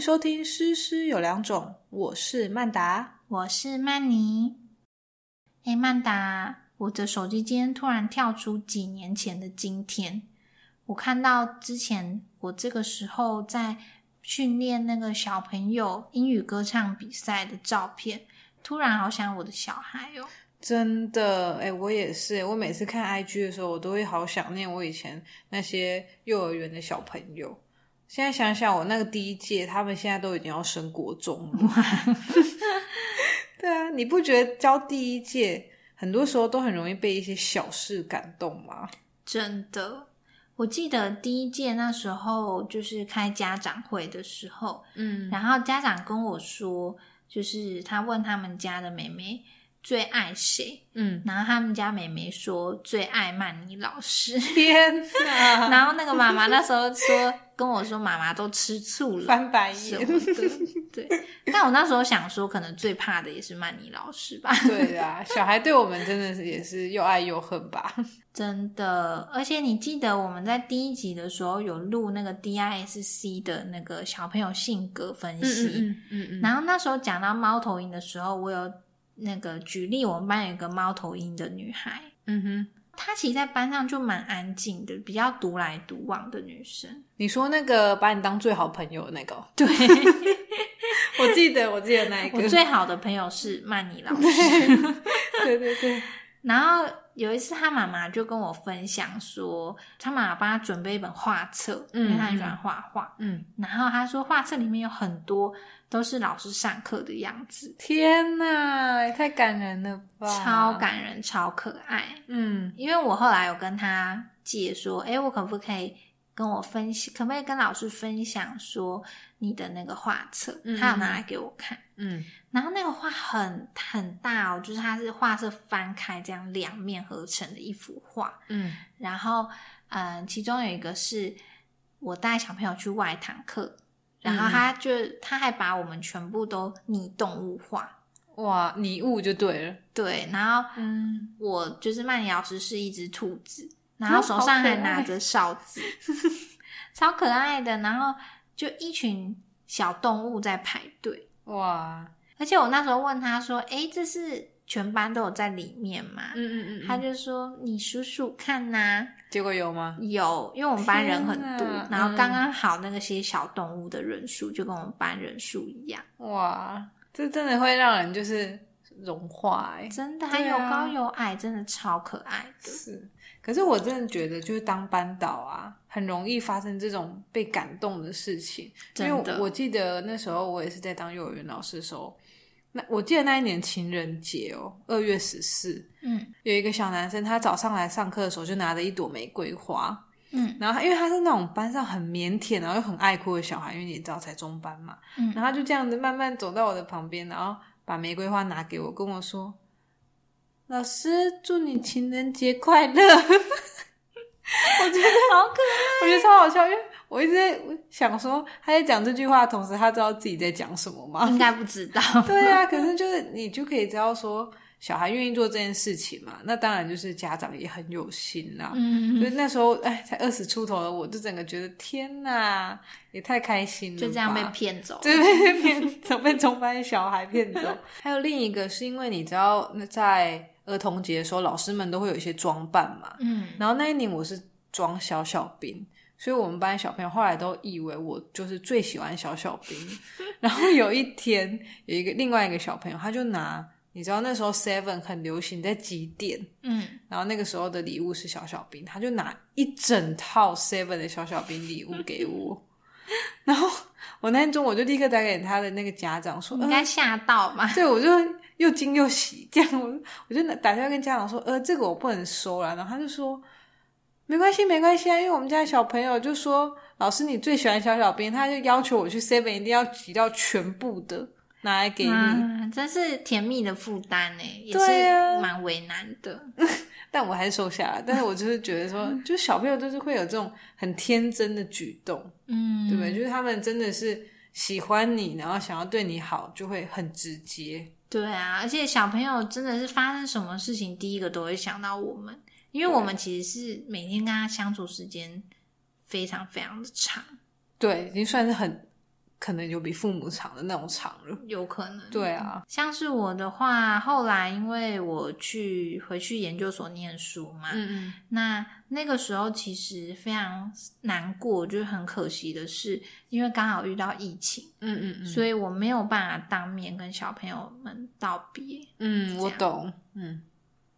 收听《诗诗有两种》，我是曼达。我是曼妮。哎，曼达，我的手机今天突然跳出几年前的今天，我看到之前我这个时候在训练那个小朋友英语歌唱比赛的照片，突然好想我的小孩哦。真的，哎、我也是，我每次看 IG 的时候，我都会好想念我以前那些幼儿园的小朋友。现在想想，我那个第一届，他们现在都已经要升国中 了。对啊，你不觉得教第一届很多时候都很容易被一些小事感动吗？真的，我记得第一届那时候就是开家长会的时候，嗯然后家长跟我说，就是他问他们家的妹妹最爱谁，嗯，然后他们家妹妹说最爱曼妮老 师，天 哪，然后那个妈妈那时候说跟我说妈妈都吃醋了。翻白什眼 么。的，对。但我那时候想说，可能最怕的也是曼妮老师吧。 对啊，小孩对我们真的是也是又爱又恨吧。真的，而且你记得我们在第一集的时候有录那个 DISC 的那个小朋友性格分析，嗯嗯然后那时候讲到猫头鹰的时候，我有那个举例，我们班有一个猫头鹰的女孩，嗯哼，她其实在班上就蛮安静的，比较独来独往的女生。你说那个把你当最好朋友的那个哦，对， 我记得，我记得那一个，我最好的朋友是曼妮老师。 对对对，然后有一次，他妈妈就跟我分享说，他妈妈帮他准备一本画册，嗯因为他很喜欢画画。嗯，然后他说，画册里面有很多都是老师上课的样子，天哪，也太感人了吧，超，感人，超可爱。嗯因为我后来有跟他借说，哎，我可不可以跟我分析，可不可以跟老师分享说你的那个画册？嗯他有拿来给我看。嗯然后那个画很很大哦，就是它是画册翻开这样两面合成的一幅画。嗯然后，嗯、其中有一个是我带小朋友去外堂课，然后他就、他还把我们全部都拟动物化，哇，礼物就对了，对，然后嗯，我就是曼妮老师是一只兔子，然啊后手上好可还爱拿着哨子，超可爱的，然后就一群小动物在排队，哇，而且我那时候问他说：“诶，这是全班都有在里面吗？”嗯他就说：“你数数看呐、结果有吗？有，因为我们班人很多天哪，嗯然后刚刚好那个些小动物的人数就跟我们班人数一样，哇，这真的会让人就是融化哎、真的，对啊还有高有矮，真的超可爱的。是，可是我真的觉得，就是当班导啊，很容易发生这种被感动的事情。因为真的我记得那时候我也是在当幼儿园老师的时候，那我记得那一年情人节哦，二月十四，嗯有一个小男生，他早上来上课的时候就拿着一朵玫瑰花，嗯然后他因为他是那种班上很腼腆，然后又很爱哭的小孩，因为你也知道才中班嘛，嗯，然后他就这样子慢慢走到我的旁边，然后把玫瑰花拿给我，跟我说：“老师，祝你情人节快乐。” 我觉得 好可我觉得超好笑，因为我一直在想说，他在讲这句话的同时，他知道自己在讲什么爱，吗？ 应该不知道。对啊，可是就是你就可以知道说，小孩愿意做这件事情嘛，那当然就是家长也很有心啦、所嗯，以那时候，哎，才二十出头的我，就整个觉得天哪，也太开心了吧， 就这样被骗走了。 对被骗走，被中班小孩骗走。 还有另一个是因为你知道，那在儿童节的时候，老师们都会有一些装扮嘛。嗯，然后那一年我是装小小兵，所以我们班小朋友后来都以为我就是最喜欢小小兵。 然后有一天，有一个另外一个小朋友，他就拿，你知道那时候 Seven 很流行在几点，嗯，然后那个时候的礼物是小小兵，他就拿一整套 Seven 的小小兵礼物给我， 然后我那天中午我就立刻打给他的那个家长 说，应呃，该吓到吧？对，我就又惊又喜，这样我我就打电话跟家长说，呃，这个我不能收了，然后他就说没关系没关系啊，因为我们家小朋友就说老师你最喜欢小小兵，他就要求我去 Seven 一定要集到全部的拿来给你，啊，真是甜蜜的负担呢，也对是啊蛮为难的。但我还是收下了。但是我就是觉得说，就小朋友就是会有这种很天真的举动，嗯，对不对？就是他们真的是喜欢你，然后想要对你好，就会很直接。对啊，而且小朋友真的是发生什么事情，第一个都会想到我们，因为我们其实是每天跟他相处时间非常非常的长。对，已经算是很可能有比父母长的那种长了。有可能。对啊，像是我的话，后来因为我去回去研究所念书嘛，嗯那那个时候其实非常难过，就是很可惜的是，因为刚好遇到疫情，嗯嗯嗯，所以以我没有办法当面跟小朋友们道别。嗯，我这样懂，嗯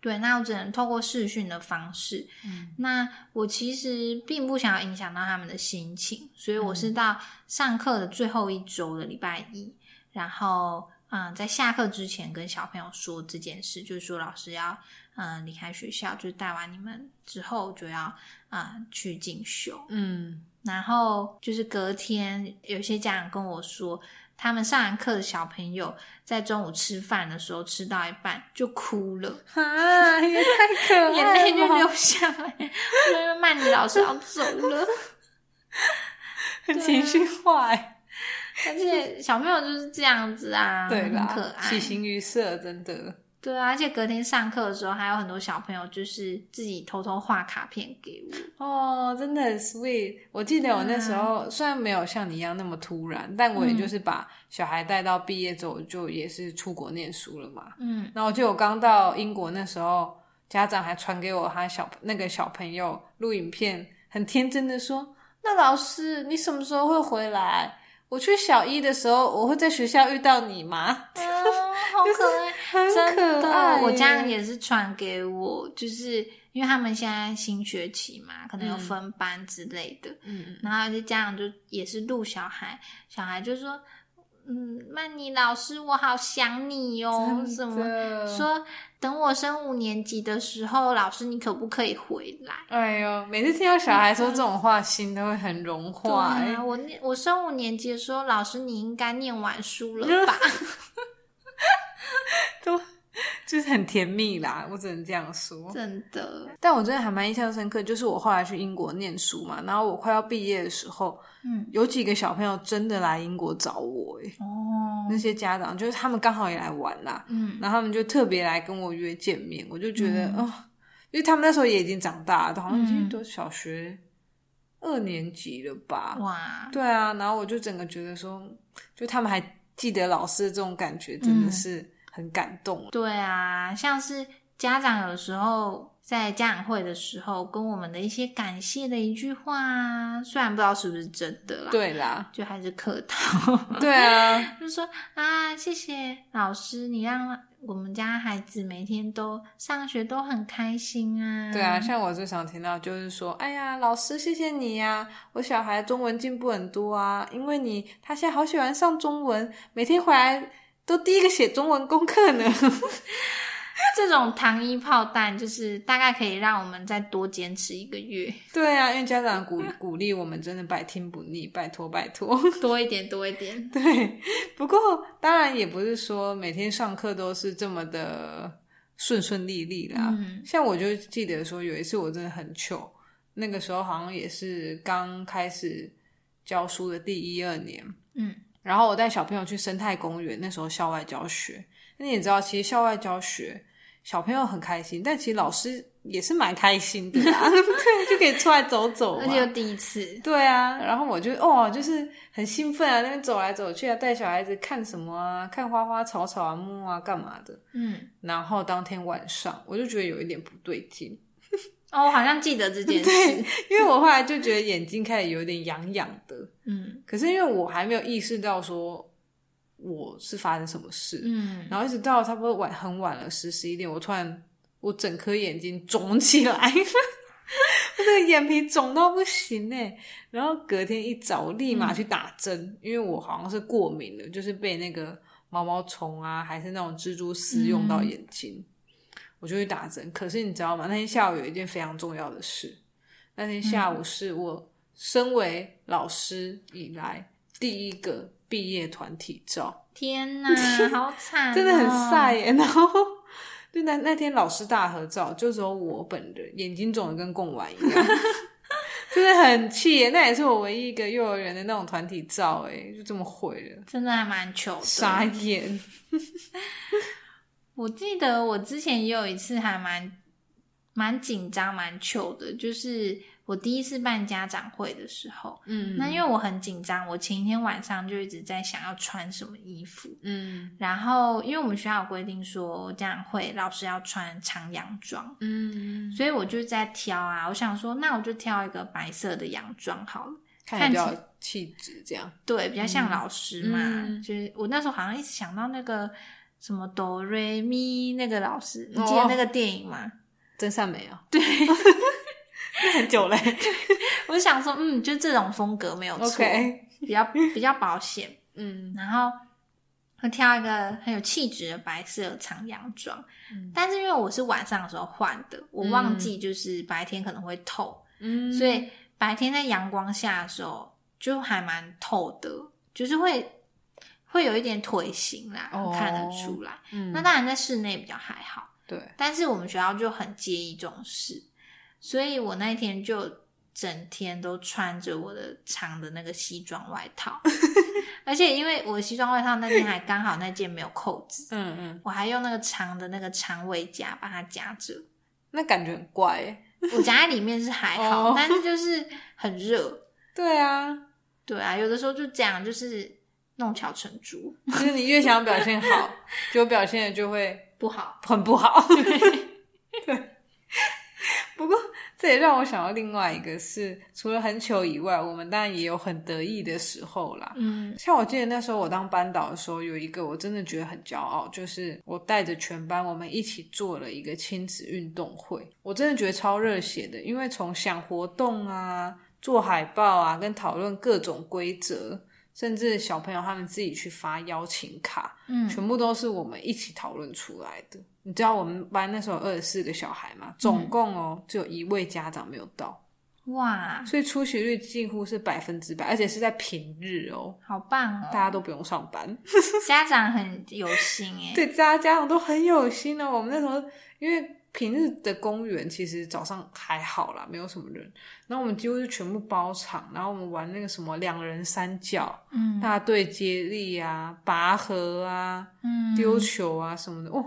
对，那我只能透过视讯的方式。嗯那我其实并不想要影响到他们的心情，所以我嗯是到上课的最后一周的礼拜一，然后嗯，在下课之前跟小朋友说这件事，就是说老师要嗯离开学校，就是带完你们之后就要啊、嗯去进修。嗯然后就是隔天，有些家长跟我说，他们上完课的小朋友在中午吃饭的时候吃到一半就哭了。啊，也太可爱眼泪就了流下 来，因为曼妮老师要走了，很情绪化欸，而且小朋友就是这样子啊，对很啦，可爱，喜形于色，真的，对啊，而且隔天上课的时候，还有很多小朋友就是自己偷偷画卡片给我，哦，真的很 sweet。我记得我那时候、虽然没有像你一样那么突然，但我也嗯就是把小孩带到毕业之后，我就也是出国念书了嘛。 嗯然后我记得我刚到英国那时候，家长还传给我他小那个小朋友录影片，很天真的说：“那老师，你什么时候会回来？我去小一的时候，我会在学校遇到你吗啊，好可爱，？”很真可爱的，耶，我家人也是传给我，就是因为他们现在新学期嘛，可能有嗯分班之类的，嗯嗯然后有些家长就也是录小孩，小孩就说：“嗯，曼妮老师，我好想你哦，什么么说等我升五年级的时候，老师你可不可以回来哎呦，每次听到小孩说这种话，心都会很融？”对化、哎啊，我念我升五年级的时候，老师你应该念完 书了吧？就是很甜蜜啦，我只能这样说。真的，但我真的还蛮印象深刻，就是我后来去英国念书嘛，然后我快要毕业的时候，嗯，有几个小朋友真的来英国找我、哎，哦那，些家长就是他们刚好也来玩啦，嗯，然后他们就特别来跟我约见面，我就觉得嗯哦，因为他们那时候也已经长大了，好像已经嗯都小学二年级了吧，哇，对啊，然后我就整个觉得说，就他们还记得老师的这种感觉，真的嗯是很感动。对啊，像是家长有时候在家长会的时候，跟我们的一些感谢的一句话啊，虽然不知道是不是真的啦，，对啦，就还是客套，对啊，就说啊，谢谢老师，你让我们家孩子每天都上学都很开心啊，对啊，像我最常听到就是说，哎呀，老师谢谢你呀、我小孩中文进步很多啊，因为你他现在好喜欢上中文，每天回来都第一个写中文功课呢。 这种糖衣炮弹，就是大概可以让我们再多坚持一个月， 对啊，因为家长鼓鼓励我们，真的百听不腻，拜托拜托。 多一点，多一点，对，不过当然也不是说每天上课都是这么的顺顺利利啦。嗯像我就记得说有一次我真的很糗，那个时候好像也是刚开始教书的第一二年，嗯然后我带小朋友去生态公园，那时候校外教学。那你也知道，其实校外教学小朋友很开心，但其实老师也是蛮开心的啦，对，就可以出来走走嘛。那就第一次，对啊，然后我就哦，就是很兴奋啊，那边走来走去啊，带小孩子看什么啊，看花花草草啊、木啊，干嘛的。嗯。然后当天晚上，我就觉得有一点不对劲，哦，我好像记得 这件对事。因为我后来就觉得眼睛开始有点痒痒的。嗯可是因为我还没有意识到说我是发生什么事，嗯，然后一直到差不多晚很晚了，十十一点，我突然我整颗眼睛肿起来，我这个眼皮肿到不行哎、然后隔天一早我立马去打针，因为我好像是过敏了，就是被那个毛毛虫啊，还是那种蜘蛛丝用到眼睛，我就去打针。可是你知道吗？那天下午有一件非常重要的事，那天下午是我身为老师以来第一个毕业团体照。天哪， 好惨、哦真的很晒。耶。 然后就那那天老师大合照，就只有我本人眼睛肿的跟贡丸一样， 真的很气耶。那也是我唯一一个幼儿园的那种团体照，哎，就这么毁了，真的还蛮糗的。傻眼。我记得我之前也有一次还蛮蛮紧张、蛮糗的，就是我我第一次办家长会的时候，嗯，那因为我很紧张，我前一天晚上就一直在想要穿什么衣服。嗯然后，因为我们学校有规定说家长会老师要穿长洋装，嗯，所以我就在挑啊。我想说，那我就挑一个白色的洋装好了，看比看起较有气质这样，对，比较像老师嘛。嗯就是我那时候好像一直想到那个什么哆瑞咪那个老师，你哦记得那个电影吗？真善美啊，对， 那很 久嘞我就想说，嗯，就这种风格没有错，OK，比较比较保险。嗯然后我挑一个很有气质的白色长洋装，嗯但是因为我是晚上的时候换的，我忘记就是白天可能会透，嗯，所以白天在阳光下的时候就还蛮透的，就是会会有一点腿型啦，哦看得出来。嗯，那当然在室内比较还好，对，但是我们学校就很介意这种事，所以我那一天就整天都穿着我的长的那个西装外套， 而且因为我的西装外套那天还刚好那件没有扣子，嗯嗯，我还用那个长的那个长尾夹把它夹着，那感觉很怪耶，我夹在里面是还好，哦但是就是很热，对啊，对啊，有的时候就这样，就是弄巧成拙， 就是你越想要表现好，就表现的就会不好。很不好。对，不过这也让我想到另外一个是，除了很糗以外，我们当然也有很得意的时候啦。嗯像我记得那时候我当班导的时候，有一个我真的觉得很骄傲，就是我带着全班我们一起做了一个亲子运动会，我真的觉得超热血的，因为从想活动啊、做海报啊，跟讨论各种规则，甚至小朋友他们自己去发邀请卡，嗯全部都是我们一起讨论出来的。你知道我们班那时候二十四个小孩嘛，总共哦只有一位家长没有到，哇，所以出席率几乎是百分之百，而且是在平日哦，好棒大哦！家都不用上班。家长很有心哎、对，大家家长都很有心哦。我们那时候因为平日的公园其实早上还好啦，没有什么人。然后我们几乎是全部包场，然后我们玩那个什么两人三角、嗯大队接力啊、拔河啊、嗯丢球啊什么的。哦，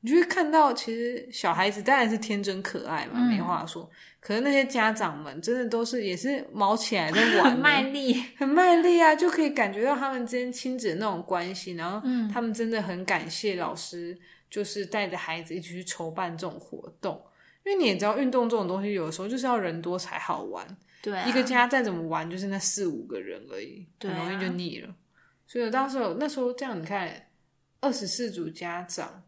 你就会看到，其实小孩子当然是天真可爱嘛，嗯没话说。可是那些家长们真的都是也是毛起来在玩，很卖 力，很卖力啊，就可以感觉到他们之间亲子的那种关系，然后嗯他们真的很感谢老师，就是带着孩子一起去筹办这种活动。因为你也知道，运动这种东西，有的时候就是要人多才好玩。对啊、一个家再怎么玩，就是那四五个人而已，对很啊容易就腻了。所以我当时有那时候这样，你看，二十四组家长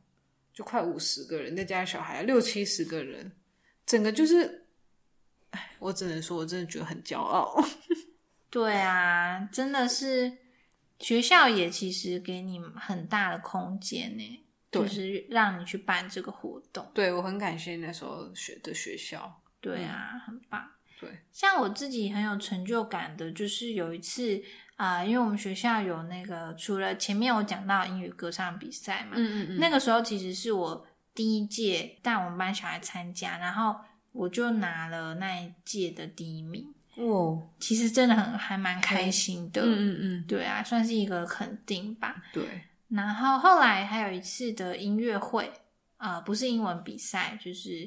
就快五十个人，再加上小孩六七十个人，整个就是，哎，我只能说，我真的觉得很骄傲。 对啊，真的是学校也其实给你很大的空间呢，对就是让你去办这个活动。对我很感谢那时候学的学校。对啊，很棒。对，像我自己很有成就感的，就是有一次啊、因为我们学校有那个除了前面我讲到英语歌唱比赛嘛，嗯嗯那个时候其实是我第一届带我们班小孩参加，然后我就拿了那一届的第一名，那哦，其实真的很还蛮开心的。嗯嗯嗯，对啊，算是一个肯定吧。对，然后后来还有一次的音乐会，呃，不是英文比赛，就是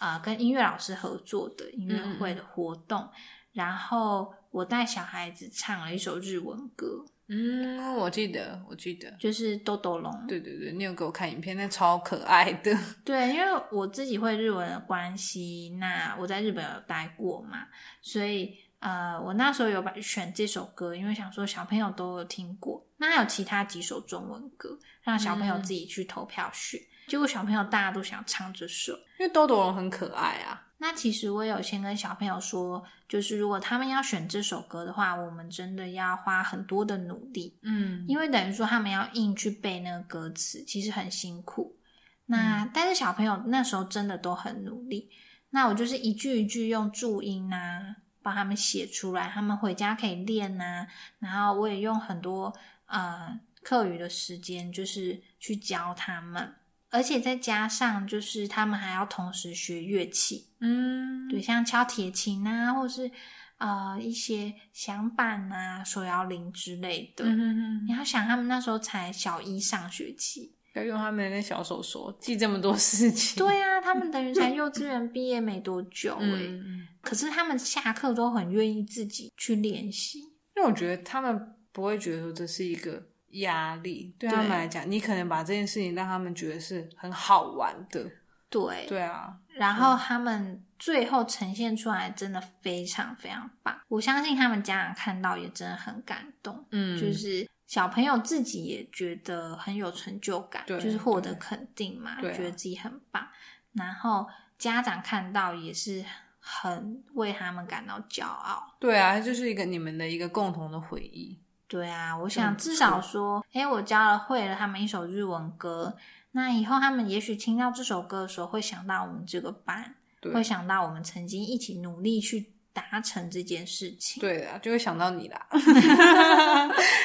呃跟音乐老师合作的音乐会的活动。然后我带小孩子唱了一首日文歌，嗯，我记得，我记得，就是《豆豆龙》。对对对，你有给我看影片，那超可爱的。对，因为我自己会日文的关系，那我在日本有待过嘛，所以呃，我那时候有把选这首歌，因为想说小朋友都有听过，那还有其他几首中文歌，让小朋友嗯自己去投票选。结果小朋友大家都想唱这首，因为豆豆龙很可爱啊，那其实我有先跟小朋友说，就是如果他们要选这首歌的话，我们真的要花很多的努力，嗯，因为等于说他们要硬去背那个歌词，其实很辛苦。那、嗯但是小朋友那时候真的都很努力。那我就是一句一句用注音啊，帮他们写出来，他们回家可以练呐、然后我也用很多呃课余的时间，就是去教他们，而且再加上就是他们还要同时学乐器，嗯，对，，像敲铁琴啊，或是呃一些响板啊、手摇铃之类的。嗯嗯你要想，他们那时候才小一上学期，要用他们的小手手记这么多事情。对啊，他们等于才幼稚园毕业没多久哎、嗯，嗯，可是他们下课都很愿意自己去练习。因为我觉得他们不会觉得说这是一个压力，对他们对来讲，你可能把这件事情让他们觉得是很好玩的。对，对啊，然后他们最后呈现出来真的非常非常棒，我相信他们家长看到也真的很感动，嗯，就是小朋友自己也觉得很有成就感，对就是获得肯定嘛，对啊觉得自己很棒，然后家长看到也是很为他们感到骄傲。对啊，它就是一个你们的一个共同的回忆。对啊，我想嗯至少说，诶、我教了会了他们一首日文歌，那以后他们也许听到这首歌的时候，会想到我们这个班，对会想到我们曾经一起努力去达成这件事情。，对啊，就会想到你 啦。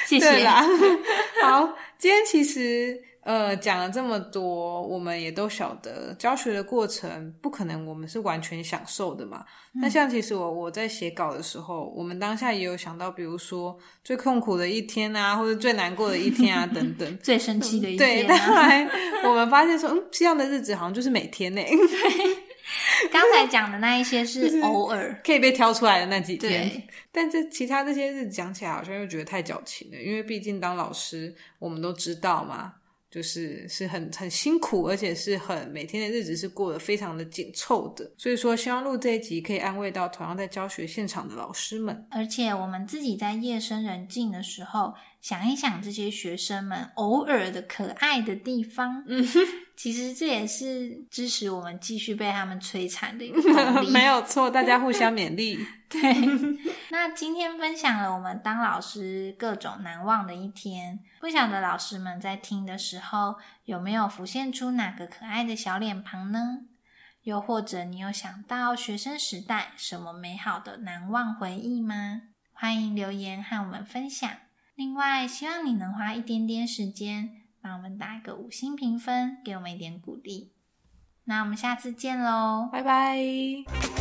谢对谢。啦。 好，今天其实呃讲了这么多，我们也都晓得教学的过程不可能我们是完全享受的嘛。嗯那像其实我我在写稿的时候，我们当下也有想到，比如说最痛苦的一天啊，或者最难过的一天啊等 等。最生气的一嗯对，天、当啊，然我们发现说，嗯，这样的日子好像就是每天 呢、刚才讲的那一些是偶尔， 可以被挑出来的那几天。对，但这其他这些日子讲起来，好像又觉得太矫情了，因为毕竟当老师，我们都知道嘛，就是是很很辛苦，而且是很每天的日子是过得非常的紧凑的。所以说，希望录这一集可以安慰到同样在教学现场的老师们。而且我们自己在夜深人静的时候，想一想这些学生们偶尔的可爱的地方，嗯，其实这也是支持我们继续被他们摧残的一个动力。 没有错，大家互相勉励。对。那今天分享了我们当老师各种难忘的一天，不晓得老师们在听的时候有没有浮现出哪个可爱的小脸庞呢？又或者你有想到学生时代什么美好的难忘回忆吗？欢迎留言和我们分享。另外，希望你能花一点点时间帮我们打一个五星评分，给我们一点鼓励。那我们下次见喽，拜拜。